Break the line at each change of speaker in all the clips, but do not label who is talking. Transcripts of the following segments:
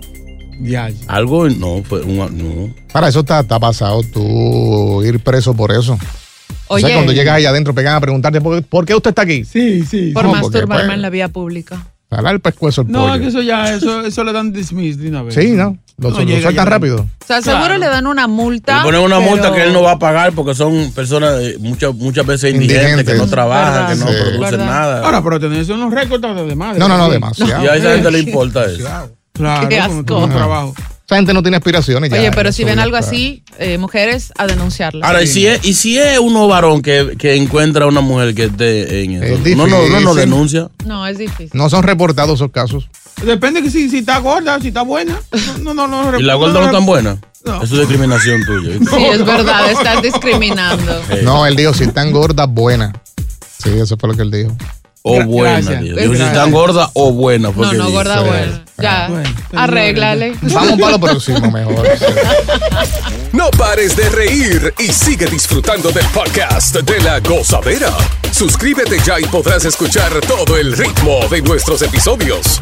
Ya,
algo, no, fue un, no.
para eso está, está pasado tú ir preso por eso.
Oye,
o sea, cuando llegas ahí adentro, pegan a preguntarte, ¿por, por qué usted está aquí?
Sí, sí.
por
No, porque,
masturbarme
pues,
en la vía pública.
Salar el pescuezo el
No,
pollo.
es que eso ya, eso, eso le dan dismiss de una vez.
Sí, no. Lo,
No
lo
llega,
sueltan
ya.
rápido.
O sea, seguro
Claro.
le dan una multa.
Le ponen una
pero-
multa que él no va a pagar porque son personas eh, muchas muchas veces indigentes,
Indigentes.
que no trabajan,
Verdad,
que no
sí.
producen
Verdad.
nada.
Ahora, pero tener eso en los récords de madre.
No, no, no,
Sí.
demasiado.
y a esa gente le importa eso.
Claro,
Qué
como tú
asco.
no trabajo.
Esa gente no tiene aspiraciones. ya,
Oye, pero
eso
si ven
ya
algo
está.
así, eh, mujeres, a denunciarlo.
Ahora, y si es, y si es uno varón que, que encuentra a una mujer que esté en
Es
eso, no, no, no, no
difícil.
denuncia.
No, es difícil.
No son reportados esos casos.
Depende que si, si está gorda, si está buena. No, no, no. no
Y la gorda no es tan buena.
No.
Eso es discriminación tuya. ¿viste?
Sí, es verdad, estás discriminando.
Eh,
No, él dijo, si están gordas, buena. Sí, eso fue lo que él dijo.
O
Gra-
buena.
gracias.
Dios. Digo, si están gorda o buena.
No,
porque
no,
dice. ah,
gorda, bueno. Ya,
Bueno, pues,
arréglale.
Vamos para lo próximo mejor. sí.
No pares de reír y sigue disfrutando del podcast de la gozadera. Suscríbete ya y podrás escuchar todo el ritmo de nuestros episodios.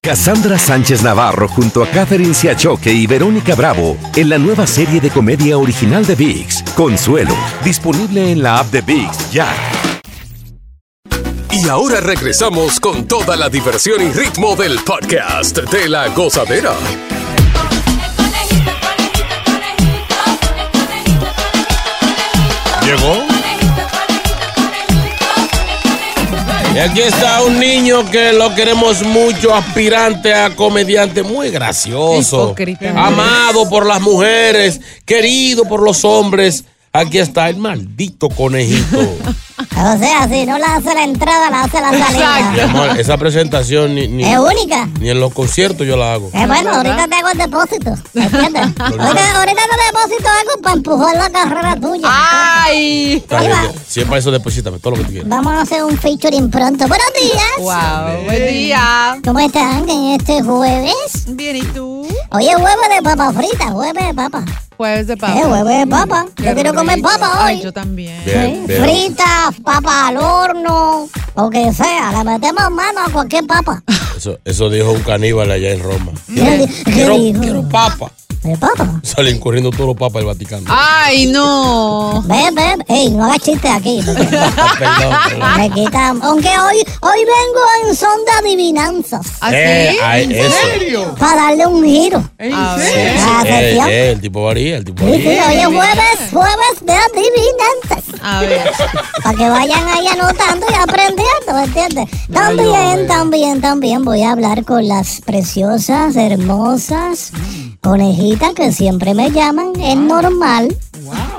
Cassandra Sánchez Navarro junto a Catherine Siachoque y Verónica Bravo en la nueva serie de comedia original de VIX, Consuelo, disponible en la app de VIX ya.
Y ahora regresamos con toda la diversión y ritmo del podcast de la gozadera.
Llegó. Y aquí está un niño que lo queremos mucho, aspirante a comediante, muy gracioso,
Hipócrita.
Ah. amado por las mujeres, querido por los hombres. Aquí está el maldito conejito.
O sea, si no la hace la entrada, la hace la
Mi
salida.
amor, esa presentación ni, ni-
Es única.
ni en los conciertos yo la hago.
Es bueno, ahorita te hago el depósito. ¿Entiendes? Ahorita, ahorita te depósito algo para empujar la carrera tuya.
Ah. ¡Ay!
Está bien,
Ahí va.
Siempre eso deposítame, todo lo que tú quieras.
Vamos a hacer un featuring pronto. Buenos días.
¡Wow! Buen día.
¿Cómo están en este jueves?
Bien, ¿y tú?
Hoy es jueves de papa frita, jueves de papa.
Jueves de
Es
papa.
jueves de papa. Yo quiero comer
rico.
papa
Ay,
hoy.
yo también.
Bien, bien.
Fritas, papa al horno, o que sea, le metemos mano a cualquier papa.
Eso, eso dijo un caníbal allá en Roma.
¿Qué, qué
Quiero,
dijo?
quiero papa.
¿De papa?
Salen corriendo todos los papas del Vaticano.
¡Ay, no!
Ven, ven, ey, no hagas chistes aquí.
Perdón, perdón.
Me quitan. Aunque hoy, hoy vengo en son de adivinanzas.
¿Así?
Eh, ay, eso.
Para darle un giro.
A ver.
Ah,
Eh,
sección.
eh, el tipo varía, el tipo
Sí, sí,
varía.
hoy es jueves, jueves de adivinanzas.
A ver.
Para que vayan ahí anotando y aprendiendo, ¿me ¿entiendes? También, también, también voy a hablar con las preciosas, hermosas conejitas que siempre me llaman. Es normal.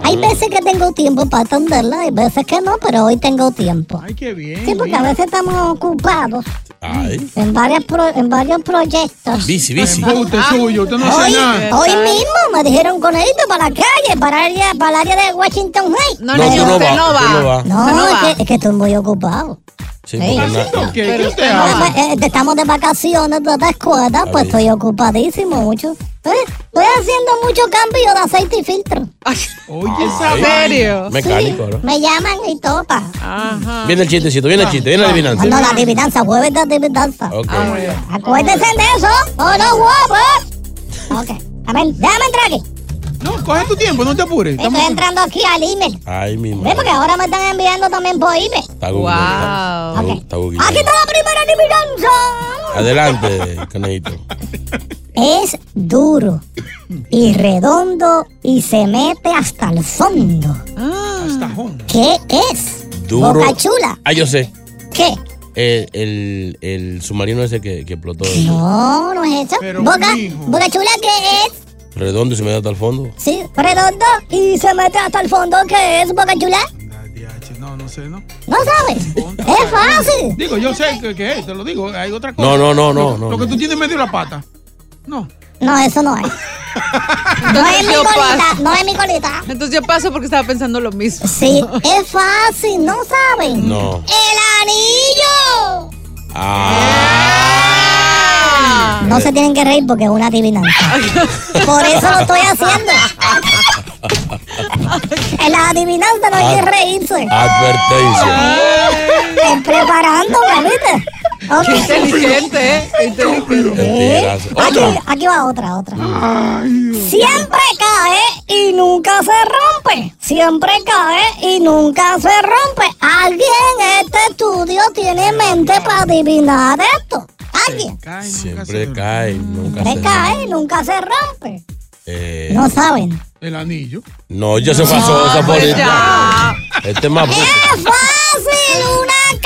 Hay veces que tengo tiempo para atenderlas, hay veces que no, pero hoy tengo tiempo.
Ay, qué bien.
Sí, porque a veces estamos ocupados.
Ay,
en, varias pro- en varios proyectos.
bici, bici.
Ah,
Ay, Usted es suyo, usted no hace
Hoy,
nada.
hoy mismo me dijeron conejito para la calle, para el área, para el área de Washington Heights.
No, no,
tú no
usted
vas,
no
tú no
va.
vas.
No,
Usted
es,
va.
que, es que estoy muy ocupado.
Sí, porque
Ey.
na- na-
¿Qué,
Pero usted
¿Qué usted
no
hace?
va.
Eh, eh, estamos de vacaciones, toda esta escuela, pues
bien.
estoy ocupadísimo mucho. Eh, Estoy haciendo mucho cambio de aceite y filtro.
Oye, esa
¿En serio?
mecánico, ¿no?
Me llaman y topa.
Viene el chistecito, viene el chiste, viene la adivinanza.
Cuando la adivinanza, jueves de adivinanza.
Ok.
Acuérdense de eso. Oh, no, guapo. Ok. A ver, déjame entrar aquí.
No, coge tu tiempo, no te apures.
Ah.
Estoy entrando aquí al email.
Ay,
¿Eh?
mi
Ve, porque
madre.
ahora me están enviando también por email.
Está
Wow.
Google.
Ok.
Uh, Está Google.
Aquí está la primera adivinanza.
Adelante, canadito.
Es duro y redondo y se mete hasta el fondo. ¿Qué es?
Duro.
Boca chula.
Ah, yo sé.
¿Qué?
Eh, El, el submarino ese que, que explotó.
No, no es eso.
Pero,
Boca,
mijo.
boca chula, ¿qué es?
Redondo y se me da hasta el fondo.
Sí, redondo y se mete hasta el fondo. ¿Qué es boca chula?
No, no sé, ¿no?
No sabes. es fácil.
Digo, yo sé que, que es, te lo digo, hay otra cosa.
No, no, no, no. no.
Lo que tú tienes medio la pata. No.
No, eso no es. No es mi
yo
colita,
paso.
no es mi colita.
Entonces yo paso porque estaba pensando lo mismo.
Sí, es fácil, ¿no saben?
No.
¡El anillo!
Ah.
No se tienen que reír porque es una adivinanza. Por eso lo estoy haciendo. En la adivinanza no hay
Ah,
que reírse.
Ah.
Advertencia.
Estoy preparándome, ¿viste?
Qué
Ok.
inteligente, ¿eh? Qué inteligente.
Mentiras.
Aquí,
Otra.
aquí va otra, otra. Siempre cae y nunca se rompe. Siempre cae y nunca se rompe. Alguien en este estudio tiene mente para adivinar esto. Alguien.
Cae, nunca
Siempre
se-
cae, nunca
¿Eh?
Se
se.
cae y nunca se rompe.
Eh,
No saben.
El anillo.
no, ya se pasó esa por
Pues ya.
Este es más
¡Es fácil! ¡Una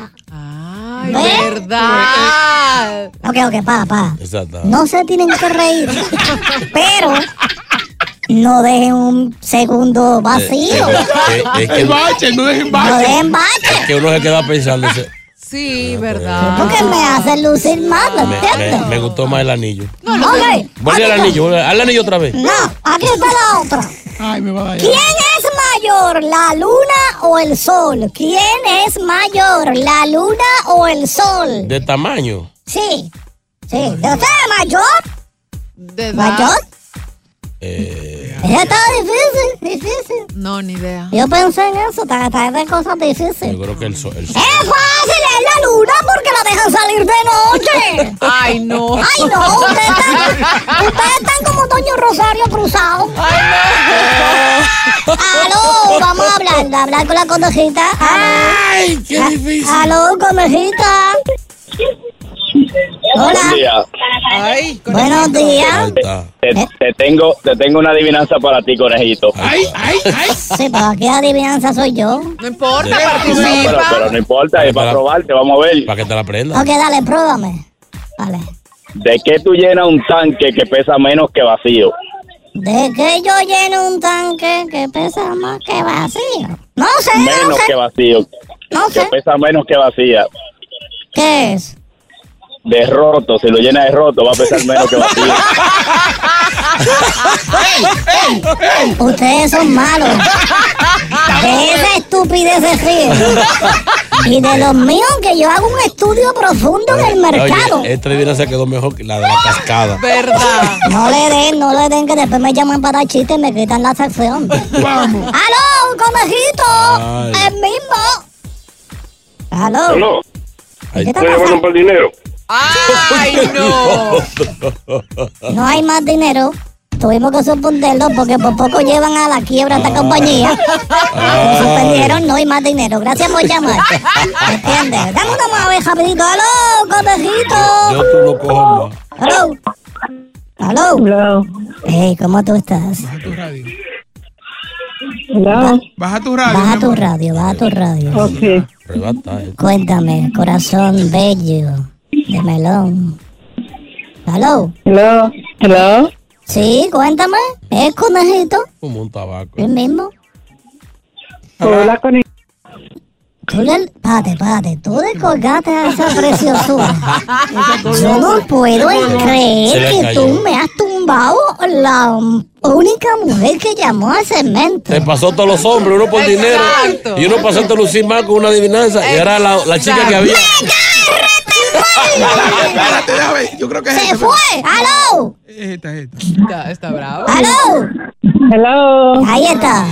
cascada!
Ay,
¿Eh?
verdad.
Ok, ok, pa, pa.
Exacto.
No se tienen que reír. Pero no dejen un segundo vacío.
Eh, Es que,
El bache, no dejen
eh,
No
bache.
dejen bache.
que uno se queda pensando. se-
Sí, verdad.
Porque me hacen lucir mal, ¿me
Ah, Me, me- me
entiendes?
gustó más el anillo.
Ok,
Vuelve al anillo, vuelve al anillo otra vez.
No, aquí está la otra.
Ay, me va a
¿Quién
dañar.
es mayor, la luna o el sol? ¿Quién es mayor, la luna o el sol?
De tamaño.
Sí, sí. ¿Usted es mayor?
Ah.
¿De edad?
¿Mayor?
Eh,
Eso está difícil, difícil.
No, ni idea.
Yo pensé en eso, está está de cosas difíciles.
yo creo que el sol. El
Es
sol.
fácil, es la luna porque la dejan salir de noche.
Ay, no.
Ay, no, ustedes están, ustedes están como Doño Rosario Cruzado. Aló, vamos a hablar, a hablar con la conejita. ¡Ay, qué difícil! Aló, conejita. Hola,
Ay, con-
buenos
Ahí
días. Eh.
está.
Te, te tengo, te tengo una adivinanza para ti, conejito.
Ay, ay, ay.
Sí, pero aquí adivinanza soy yo.
no importa,
Pero, pero
participa.
no importa, es para probarte, vamos a ver.
Para que te la
Ok,
prenda.
dale, pruébame. Vale.
¿De qué tú llenas un tanque que pesa menos que vacío?
De que yo lleno un tanque que pesa más que vacío. No sé, no
Menos
sé,
que vacío.
no
Que
sé.
pesa menos que vacía.
¿Qué es?
De roto, si lo llenas de roto va a pesar menos que vacío.
Ustedes son malos. De esa estupidez se ríen. Y de los míos, que yo hago un estudio profundo del mercado.
Oye, esta adivinanza quedó mejor que la de la cascada.
Verdad.
No le den, no le den, que después me llaman para dar chistes y me quitan la sección.
Vamos.
¡Aló,
Ay.
conejito! ¡El mismo! ¡Aló!
Ahí
¿Qué te
está.
pasa?
el dinero?
Ay, no.
No hay más dinero. Tuvimos que suspenderlo porque por poco llevan a la quiebra
Ah.
esta compañía. Lo suspendieron, no hay más dinero. Gracias por llamar. ¿Entiendes? Dame una más vez, rapidito. ¡Aló,
Yo
conejito!
tú no cojo más.
¡Aló! ¡Aló! Hey, ¿cómo tú estás?
Baja tu radio. Baja tu radio. mi
Baja tu
amor.
radio, baja tu radio.
Rebata. eh.
Cuéntame, corazón bello de melón. ¿Aló?
Hello, hello.
Sí, cuéntame. ¿Es conejito?
Como un tabaco.
¿El mismo?
Hola, con
Tú le... Pate, pate, tú le colgaste a esa preciosura. Yo no puedo
Se le
creer que
cayó.
tú me has tumbado la única mujer que llamó a cemento.
Te pasó todos los hombres, uno por
Exacto.
dinero. Y uno pasó hasta lucir más con una adivinanza. Y era la, la chica que había.
Espérate, déjame. ver. Yo creo que es
¡Se
esta.
fue! ¡Aló!
Es esta, es esta.
Está, está bravo.
¡Aló!
Hello,
Ahí está.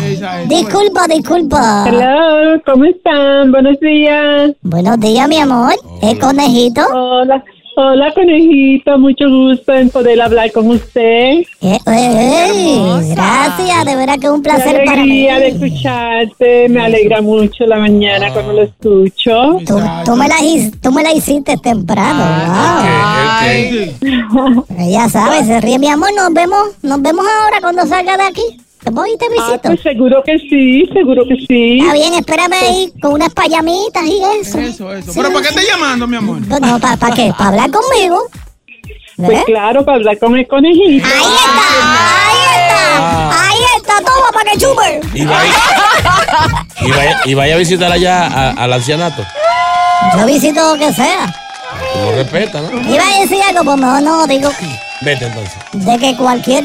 Disculpa, disculpa.
hello. ¿Cómo están? Buenos días.
Buenos días, mi amor. ¿Es conejito?
Hola, hola, conejito. Mucho gusto en poder hablar con usted.
Eh, eh, eh, gracias, de verdad que es un
Qué
placer para mí.
alegría de escucharte. Me alegra mucho la mañana cuando lo escucho.
Tú, tú me la, his- tú me la hiciste temprano.
Ah,
wow.
Ay,
Ya sabes, se ríe mi amor, nos vemos, nos vemos ahora cuando salga de aquí. Te voy y te
Ah,
visito.
pues seguro que sí, seguro que sí.
Está bien, espérame ahí con unas payamitas y eso.
Eso, eso. ¿Pero para qué estás llamando, mi amor?
Pues No, ¿para qué? Para hablar conmigo.
Pues
¿Ves?
claro, para hablar con el conejito.
Ahí está, ahí
Ah.
está, ahí está, toma para que chupe.
Y vaya, y vaya, y vaya a visitar allá a- al ancianato.
Yo visito lo que sea.
Lo respeta, ¿no?
Iba a decir algo, pero mejor no digo que,
Vete entonces.
de que cualquier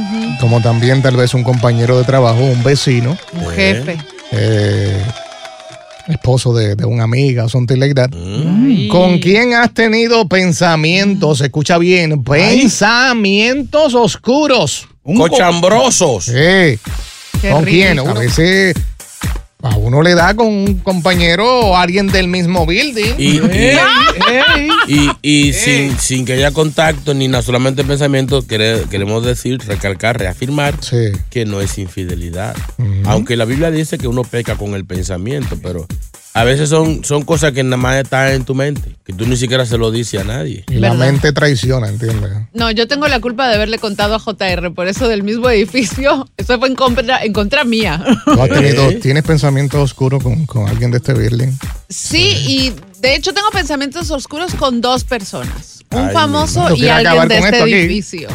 como también tal vez un compañero de trabajo, un vecino,
Un jefe.
eh, esposo de, de una amiga o something like that. ¿Con quién has tenido pensamientos? Se escucha bien. Pensamientos oscuros.
Cochambrosos.
Sí.
Qué
¿Con quién?
rico.
A veces a uno le da con un compañero o alguien del mismo building.
Y- y-
Ey, ey.
Y, y sin, sin que haya contacto ni nada, solamente pensamiento, quere- queremos decir, recalcar, reafirmar que no es infidelidad. Aunque la Biblia dice que uno peca con el pensamiento, pero a veces son, son cosas que nada más están en tu mente, que tú ni siquiera se lo dices a nadie.
Y la mente traiciona, ¿entiendes?
No, yo tengo la culpa de haberle contado a JR, por eso del mismo edificio. Eso fue en contra, en contra mía.
¿Tú has tenido- ¿Tienes pensamientos oscuros con, con alguien de este building?
Sí, y de hecho tengo pensamientos oscuros con dos personas. Un
Ay, mi
famoso
madre.
y
Yo quiero
alguien
acabar
de
con
este
esto aquí.
edificio.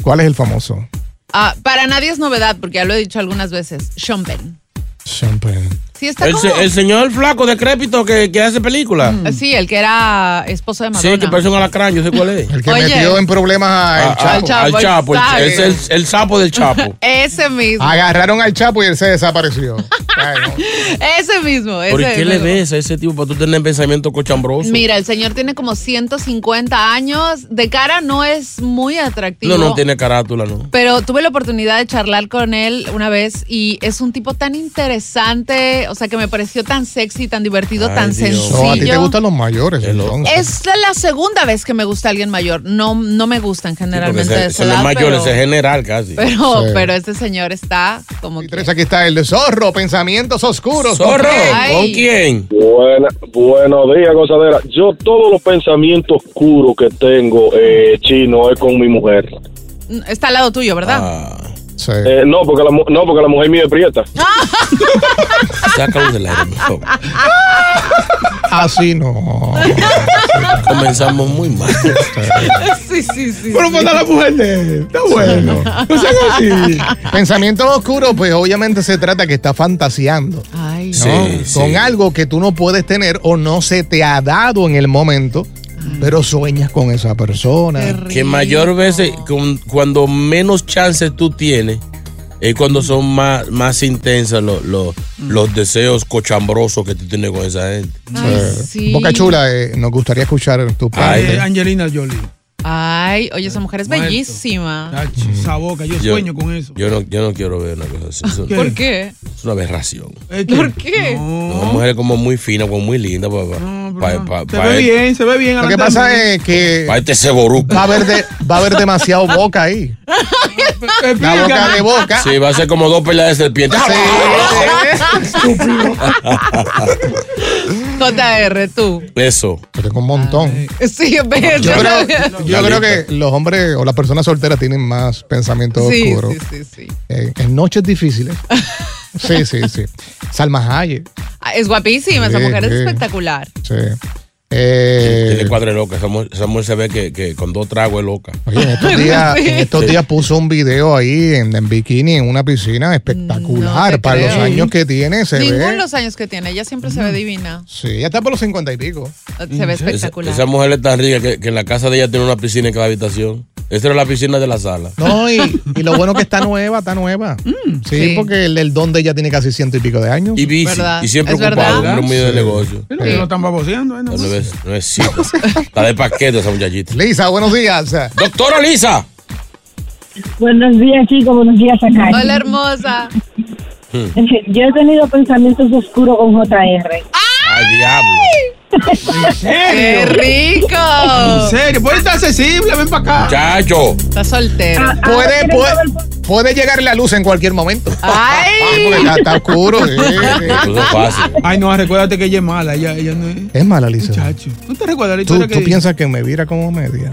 ¿Cuál es el famoso?
Ah, para nadie es novedad, porque ya lo he dicho algunas veces. Sean Penn.
Champagne.
Sí, está
El,
como...
se- el señor flaco decrépito que, que hace películas.
Sí, el que era esposo de Madonna.
Sí, que parece un alacrán, yo sé cuál es. Ah,
El
que Oye. metió en
problemas
Ah,
al Chapo.
Al Chapo, el,
¿sabe?
es el- el sapo del Chapo.
Ese mismo.
Agarraron al Chapo y él se desapareció.
Ese mismo. Ese
¿Por qué le
mismo.
ves a ese tipo para tú tener pensamiento cochambroso?
Mira, el señor tiene como 150 años. De cara no es muy atractivo.
No, no tiene carátula, no.
Pero tuve la oportunidad de charlar con él una vez y es un tipo tan interesante, o sea, que me pareció tan sexy, tan divertido, tan
No, Oh, a ti te
sencillo.
gustan los mayores, entonces.
Es la- la segunda vez que me gusta alguien mayor. No, no me gustan
Porque
generalmente de
se,
esa
se le
edad,
mayor,
pero,
ese general casi.
pero, pero este señor está como que...
Tres, aquí está el de Zorro, pensamientos oscuros.
Zorro,
Ay.
¿con
quién?
Buena- buenos días, gozadera. Yo todos los pensamientos oscuros que tengo, eh, chino, es con mi mujer.
Está al lado tuyo, ¿verdad?
Ah.
Eh, no, porque la, mu- no, porque la mujer mía es prieta.
Ah, Sácalo del aire, por favor.
Así no.
Comenzamos muy mal.
sí, sí, sí.
Pero manda a la mujer de él. Está bueno. No sean así.
Pensamientos oscuros, pues obviamente se trata que está fantaseando.
Ay.
¿no?
Sí, sí.
Con algo que tú no puedes tener o no se te ha dado en el momento, pero sueñas con esa persona.
Que mayor veces, con- cuando menos chances tú tienes, es cuando son más, más intensas los, los,
Mm.
los deseos cochambrosos que tú tienes con esa gente.
sí.
Boca Chula, eh, nos gustaría escuchar tu
Eh,
parte.
Angelina Jolie.
Ay, oye, esa mujer es
Muerto. Ah,
bellísima.
Tacho, Esa boca, yo,
Yo-
sueño con eso.
Yo no, yo no quiero ver una cosa así. Eso-
¿Por qué?
Es una aberración.
¿Por qué?
Oh.
Una mujer como muy fina, como muy linda. Pa, pa- pa- pa-
Se
pa- e-
ve bien, se ve bien.
Lo que pasa es que
pa este seboruco.
va a haber, de- va a haber demasiado boca ahí. La boca de boca.
Sí, va a ser como dos peleas de serpientes.
JR, tú.
Eso.
Yo tengo un montón.
Sí, ve,
Yo
yo
creo,
no-
yo creo que los hombres o las personas solteras tienen más pensamientos
Sí,
oscuros.
sí, sí, sí.
Eh, en noches difíciles. Sí, sí, sí. Salma Hayek.
Ah, Es guapísima, esa
Sí,
mujer es
sí.
espectacular.
Sí. Eh,
Tiene cuadre loca. Esa mujer, esa mujer se ve que, que con dos tragos es loca.
oye, en estos, días, en estos días puso un video ahí en, en bikini en una piscina espectacular. Para los
creo.
años que tiene, se
Ninguno de
ve.
los años que tiene, ella siempre se ve divina. eh,
Sí, ya está por los 50 y pico.
Se ve espectacular.
Esa mujer es tan rica que, que en la casa de ella tiene una piscina en cada habitación. Esta era la piscina de la sala.
No, y, y lo bueno que está nueva, está nueva.
Mm,
sí,
sí.
porque el, el don de ella tiene casi ciento y pico de años.
Y bici. Y siempre ocupado. Un hombre muy de negocio.
Pero que lo están baboseando, ¿eh? No,
No es, no es cita. Está de paquete esa muchachita.
Lisa, buenos días.
Doctora Lisa.
Buenos días, chicos. Buenos días, acá.
Hola, hermosa.
Yo he tenido pensamientos oscuros con JR.
Ay, diablo.
¿En serio?
¡Qué rico!
En serio, pues está accesible, ven para acá.
Muchacho.
Está soltero.
Puede, puede, puede llegar la luz en cualquier momento. Sí, porque está, está oscuro. sí, sí.
Ay, no, recuérdate que ella es mala, ella, ella no es.
Es mala, Lisa.
¿No te recuerdas la
¿Tú,
historia
tú
que
piensas que me vira como media?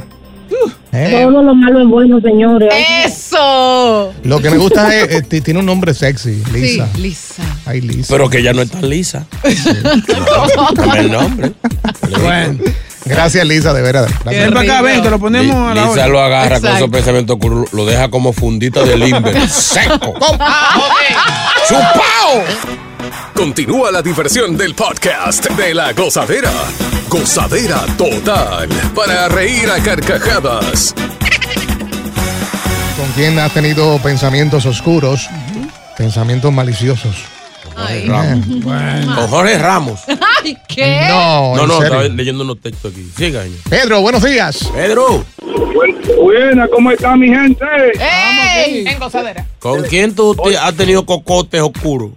Eh,
Todo lo malo es bueno, señores.
¡Eso!
Lo que me gusta es, eh, ti- tiene un nombre sexy, Lisa.
Sí, Lisa.
Ay, Lisa.
Pero que ya no es tan lisa. Dame el nombre.
Bueno. Gracias, Lisa, de veras. Gracias.
Ven para acá, ven, que lo ponemos a la
Lisa
hora.
lo agarra con
Exacto.
esos pensamientos oscuros, lo deja como fundita de limber. Seco.
Continúa la diversión del podcast de la gozadera. Gozadera total. Para reír a carcajadas.
¿Con quién has tenido pensamientos oscuros? Pensamientos maliciosos.
Ramos. Con Jorge Ramos.
Ay, ¿qué?
No, Oh,
No,
en
no,
serio.
estaba leyendo unos textos aquí. Siga, señor.
Pedro, buenos días.
Pedro.
Buena, ¿cómo está mi gente?
¡Ey!
En gozadera.
¿Con quién tú te- has tenido cocotes oscuros?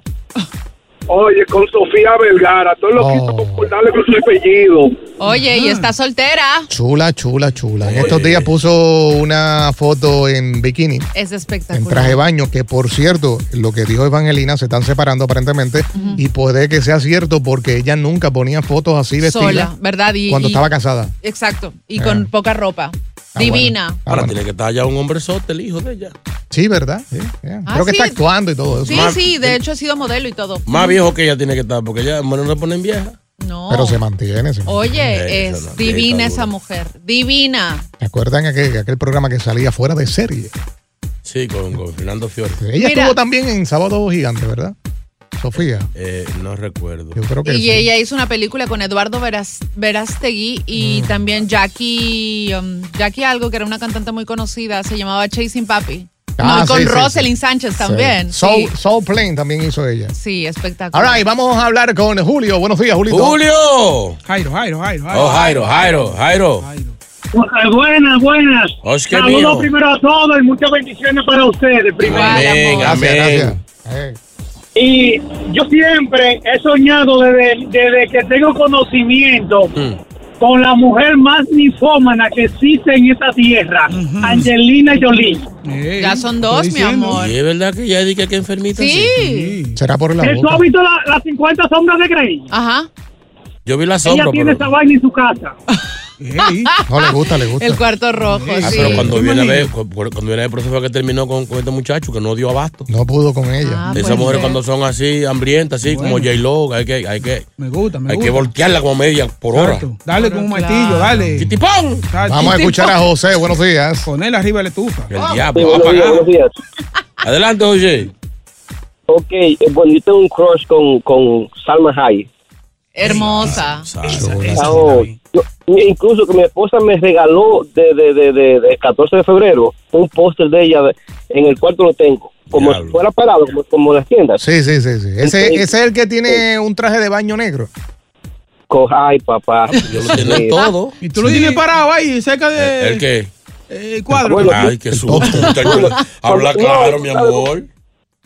Oye, con Sofía Vergara, todo lo
Oh.
quito por darle con su apellido.
Oye,
Mm.
y está soltera.
Chula, chula, chula. En estos días puso una foto en bikini,
Es
en
espectacular.
traje de baño, que por cierto, lo que dijo Evangelina, se están separando aparentemente y puede que sea cierto porque ella nunca ponía fotos así vestidas
Sola, ¿verdad? Y-
cuando
y-
estaba Ah. casada.
Exacto. Y con poca ropa. Divina.
Ah,
Ahora tiene que estar allá un hombre sote, el hijo de ella.
Sí, ¿verdad? Sí, yeah.
Ah,
Creo que
sí.
está actuando y todo eso.
Sí, sí, de hecho ha sido modelo y todo.
Más viejo que ella tiene que estar, porque ella bueno, no se ponen vieja.
No.
Pero se mantiene. se-
Oye, es divina esa mujer. Divina.
¿Te acuerdan aquel, aquel programa que salía fuera de serie?
Sí, con, con Fernando Fiore.
Mira.
Ella estuvo también en Sábado Gigante, ¿verdad? Sofía.
Eh, no recuerdo.
Yo creo que
Y
sí.
ella hizo una película con Eduardo Veras- Verástegui
Mm.
y también Jackie, um, Jackie algo, que era una cantante muy conocida, se llamaba Chasing Papi.
Ah,
no, y con
sí, sí,
Rosalind
sí.
Sánchez también.
Sí. Soul,
Sí,
Soul Plane también hizo ella.
sí, espectacular.
All right, vamos a hablar con Julio. Buenos días, Julito.
¡Julio!
Jairo, Jairo, Jairo.
Oh, Jairo, Jairo, Jairo.
Buenas, buenas.
Osh, qué mío.
Saludos primero a todos y muchas bendiciones para ustedes. Primero.
Amén, amén.
Eh,
Y yo siempre he soñado desde, desde que tengo conocimiento
Mm.
con la mujer más nifómana que existe en esta tierra, Angelina Jolie.
Ya son dos, mi amor.
Y es verdad que ya dije que enfermita.
Sí.
Será por la
¿Eso
boca.
ha visto la- las 50 sombras de Grey?
Ajá.
Yo vi la
Ella
sombra,
tiene
pero, Ah,
esa vaina en su casa.
No, le gusta, le gusta.
El cuarto rojo,
Ah,
sí.
pero cuando viene a ver, cu- cu- cuando viene a ver, por eso fue que terminó con, con este muchacho que no dio abasto.
No pudo con ella.
Esas mujeres cuando son así, hambrientas, así, como J-Lo, hay que, hay que,
Me gusta, me
hay
gusta.
que voltearla como media por hora.
Dale con un martillo, dale.
¡Chitipón!
Ah,
Vamos a escuchar a José. Buenos días.
Con él arriba de la estufa.
El diablo, va a
buenos días,
pagar.
buenos días.
Adelante, oye.
Ok, eh, bueno, yo tengo un crush con, con Salma Hayek.
Hermosa.
Oh, yo- incluso que mi esposa me regaló de, de, de, de, de 14 de febrero un póster de ella de- en el cuarto lo tengo. Como si fuera parado, como, como las tiendas.
Sí, sí, sí. sí. Ese, ese es el que tiene un traje de baño negro.
Co- Ay, papá.
Yo lo tenía todo.
Y tú lo tienes parado ahí, cerca de
¿El qué?
el cuadro.
Ay, qué susto. muchacho. Habla claro, mi amor.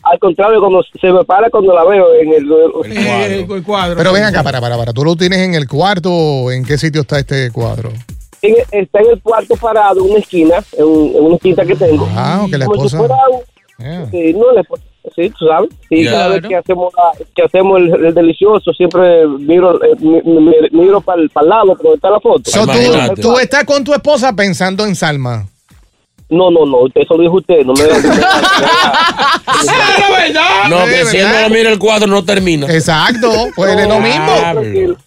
Al contrario, cuando se me para cuando la veo en el...
Eh, el cuadro.
Pero ven acá, para, para, para. ¿Tú lo tienes en el cuarto o en qué sitio está este cuadro?
en- está en el cuarto parado, en una esquina, en, en una esquina que tengo.
Ah, ok, la
Como si
esposa. Ah.
fuera un- Sí, no, la esposa- sí, tú sabes. Sí,
Ya.
cada vez que hacemos, la- que hacemos el, el delicioso, siempre miro, eh, mi- mi- miro para el lado donde está la foto.
So, tú, tú estás con tu esposa pensando en Salma.
No, no, no, usted- eso lo dijo usted, no me
No, que si él no lo mira el cuadro, no termina.
Exacto, pues es lo mismo.
Diablo.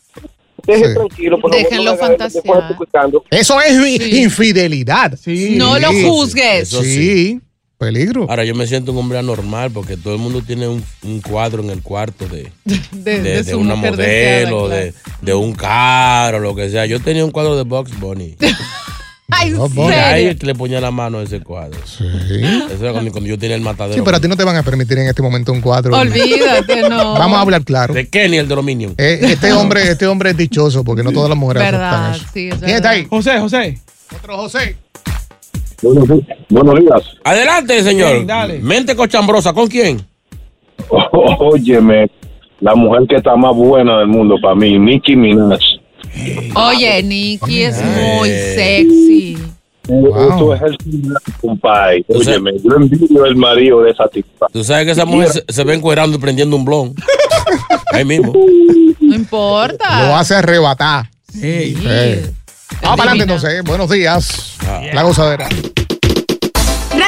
Deje tranquilo, por favor.
Déjenlo
fantasía. escuchando.
Eso es i- infidelidad.
No lo
Sí,
juzgues.
eso Ah,
sí. Peligro.
Ahora, yo me siento un hombre anormal porque todo el mundo tiene un, un cuadro en el cuarto de,
De,
de-
de
de
su
una
mujer
modelo,
deseada,
de, de un carro, lo que sea. Yo tenía un cuadro de Box Bunny.
Ay, ¿en
Y ahí
serio?
le ponía la mano a ese cuadro. Eso era cuando, cuando yo tenía el matadero.
Sí, pero a ti no te van a permitir en este momento un cuadro.
Olvídate, no.
Vamos a hablar claro.
De Kenny, el de Dominion.
Eh, este, hombre, este hombre es dichoso porque no todas las mujeres aceptan
Verdad,
eso.
sí, es
¿Quién está
verdad.
ahí?
José, José.
Otro José.
Buenos días.
Adelante, señor.
Sí, dale.
Mente cochambrosa. ¿Con quién?
Óyeme, la mujer que está más buena del mundo para mí, Nicki Minaj.
Oye, Nikki es muy sexy.
Eso es el final, compadre. Óyeme, yo envidio el marido de esa tipa.
Tú sabes que esa mujer se, se ve encuerando y prendiendo un blon. Ahí mismo.
No importa.
Lo hace arrebatar.
Ah. Sí.
Eh, Vamos para adelante entonces. Buenos días.
Ah.
La gozadera.